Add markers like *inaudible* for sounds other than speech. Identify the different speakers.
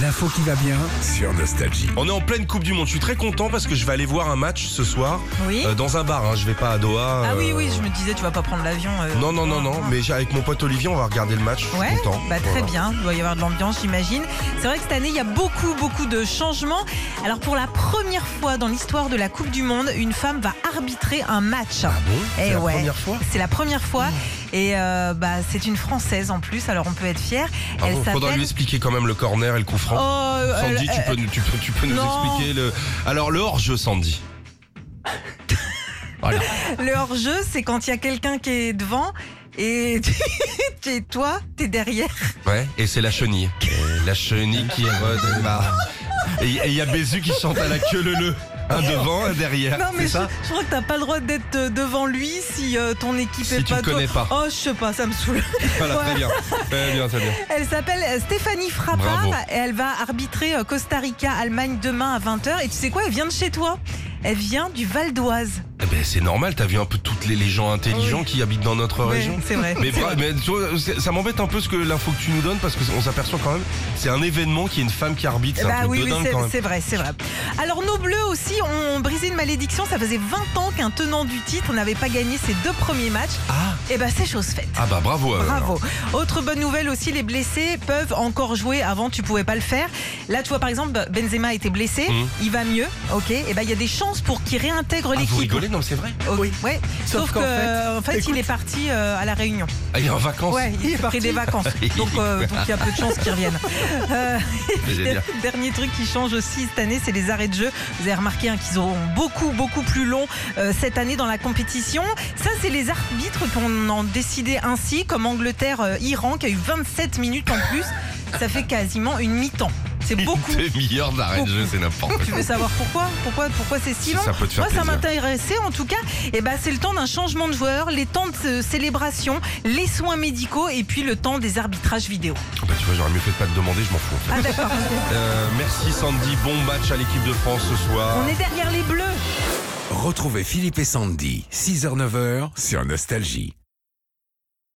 Speaker 1: L'info qui va bien.
Speaker 2: sur Nostalgie.
Speaker 3: On est en pleine Coupe du Monde. Je suis très content parce que je vais aller voir un match ce soir
Speaker 4: Oui.
Speaker 3: euh, dans un bar. Hein. Je vais pas à Doha.
Speaker 4: Ah
Speaker 3: euh,
Speaker 4: oui, oui, je me disais, tu vas pas prendre l'avion. euh,
Speaker 3: Non, non, non, non.
Speaker 4: ah.
Speaker 3: Mais j'ai- avec mon pote Olivier, on va regarder le match. Je
Speaker 4: Ouais,
Speaker 3: suis content.
Speaker 4: bah, très
Speaker 3: Voilà.
Speaker 4: bien, il doit y avoir de l'ambiance j'imagine. C'est vrai que cette année il y a beaucoup beaucoup de changements. Alors pour la première fois dans l'histoire de la Coupe du Monde, une femme va arbitrer un match.
Speaker 3: Ah bon
Speaker 4: Eh
Speaker 3: C'est la
Speaker 4: ouais.
Speaker 3: première fois
Speaker 4: C'est la première fois et euh, bah, c'est une Française en plus, alors on peut être fier.
Speaker 3: Ah bon, faudra lui expliquer quand même le corner et le coup
Speaker 4: Oh,
Speaker 3: franc.
Speaker 4: euh,
Speaker 3: Sandy,
Speaker 4: elle-
Speaker 3: tu peux, nous- tu peux, tu peux nous
Speaker 4: Non.
Speaker 3: expliquer le. Alors, le hors-jeu, Sandy. Voilà.
Speaker 4: euh, Le hors-jeu, c'est quand il y a quelqu'un qui est devant et *laughs* tu- et toi, t'es derrière.
Speaker 3: Ouais, et c'est la chenille. Euh, la chenille qui redémarre. Et et il y a Bézu qui chante à la queue le le. Un devant, un derrière.
Speaker 4: Non,
Speaker 3: c'est
Speaker 4: mais je,
Speaker 3: ça
Speaker 4: je crois que t'as pas le droit d'être euh, devant lui si euh, ton équipe
Speaker 3: Si
Speaker 4: est
Speaker 3: tu
Speaker 4: pas.
Speaker 3: le connais
Speaker 4: toi-
Speaker 3: pas.
Speaker 4: Oh, je sais pas, ça me saoule.
Speaker 3: Voilà, très bien. Très bien, très bien.
Speaker 4: *laughs* Elle s'appelle euh, Stéphanie Frappard
Speaker 3: Bravo.
Speaker 4: et elle va arbitrer euh, Costa Rica-Allemagne demain à 20h. Et tu sais quoi, elle vient de chez toi. Elle vient du Val d'Oise.
Speaker 3: Eh ben, c'est normal, t'as vu un peu toutes les, les gens intelligents qui habitent dans notre
Speaker 4: Ouais,
Speaker 3: région.
Speaker 4: c'est vrai. *laughs*
Speaker 3: Mais, bra- mais tu vois, c'est- ça m'embête un peu ce que l'info que tu nous donnes parce qu'on s'aperçoit quand même, c'est un événement qui est une femme qui arbitre, *laughs* c'est un
Speaker 4: Bah
Speaker 3: truc
Speaker 4: oui,
Speaker 3: de
Speaker 4: oui,
Speaker 3: dingue
Speaker 4: c'est-
Speaker 3: quand même.
Speaker 4: c'est vrai, c'est vrai. Alors nos bleus aussi ont brisé une malédiction. Ça faisait 20 ans qu'un tenant du titre n'avait pas gagné ses deux premiers matchs.
Speaker 3: Ah,
Speaker 4: Et bah c'est chose faite.
Speaker 3: ah bah bravo. à eux, alors.
Speaker 4: Bravo. Autre bonne nouvelle aussi, les blessés peuvent encore jouer. Avant, tu pouvais pas le faire. Là, tu vois, par exemple, Benzema était blessé.
Speaker 3: Mhm.
Speaker 4: Il va mieux. OK. Et ben, il y a des chances pour qu'il réintègre
Speaker 3: Ah, vous
Speaker 4: l'équipe.
Speaker 3: rigolez, non, mais c'est vrai.
Speaker 4: Ok, ouais. Sauf,
Speaker 5: Sauf
Speaker 4: que,
Speaker 5: qu'en
Speaker 4: euh, en fait,
Speaker 5: écoute.
Speaker 4: il est parti euh, à la Réunion.
Speaker 3: Ah, il est en vacances. *laughs*
Speaker 4: Ouais, il, a pris des vacances. Donc, euh, donc, il y a peu de chances qu'il revienne. Euh,
Speaker 3: Génial.
Speaker 4: Dernier truc qui change aussi cette année, c'est les arrêts de jeu. Vous avez remarqué hein, qu'ils auront beaucoup, beaucoup plus long euh, cette année dans la compétition. Ça, c'est les arbitres qu'on en décidé ainsi, comme Angleterre, euh, Iran, qui a eu 27 minutes en plus. Ça fait quasiment une mi-temps. C'est *laughs* beaucoup.
Speaker 3: Demi-heure d'arrêt de jeu, c'est n'importe quoi.
Speaker 4: Tu veux savoir pourquoi Pourquoi Pourquoi c'est si long
Speaker 3: Ça peut te faire
Speaker 4: Moi, ça
Speaker 3: plaisir.
Speaker 4: m'intéressait en tout cas. Et ben, c'est le temps d'un changement de joueur, les temps de euh, célébration, les soins médicaux et puis le temps des arbitrages vidéo.
Speaker 3: Bah, tu vois, j'aurais mieux fait de pas te demander, je m'en fous. en fait. *laughs*
Speaker 4: Ah d'accord.
Speaker 3: Euh, merci Sandy, bon match à l'équipe de France ce soir.
Speaker 4: On est derrière les bleus.
Speaker 2: Retrouvez Philippe et Sandy, 6h-9h sur Nostalgie.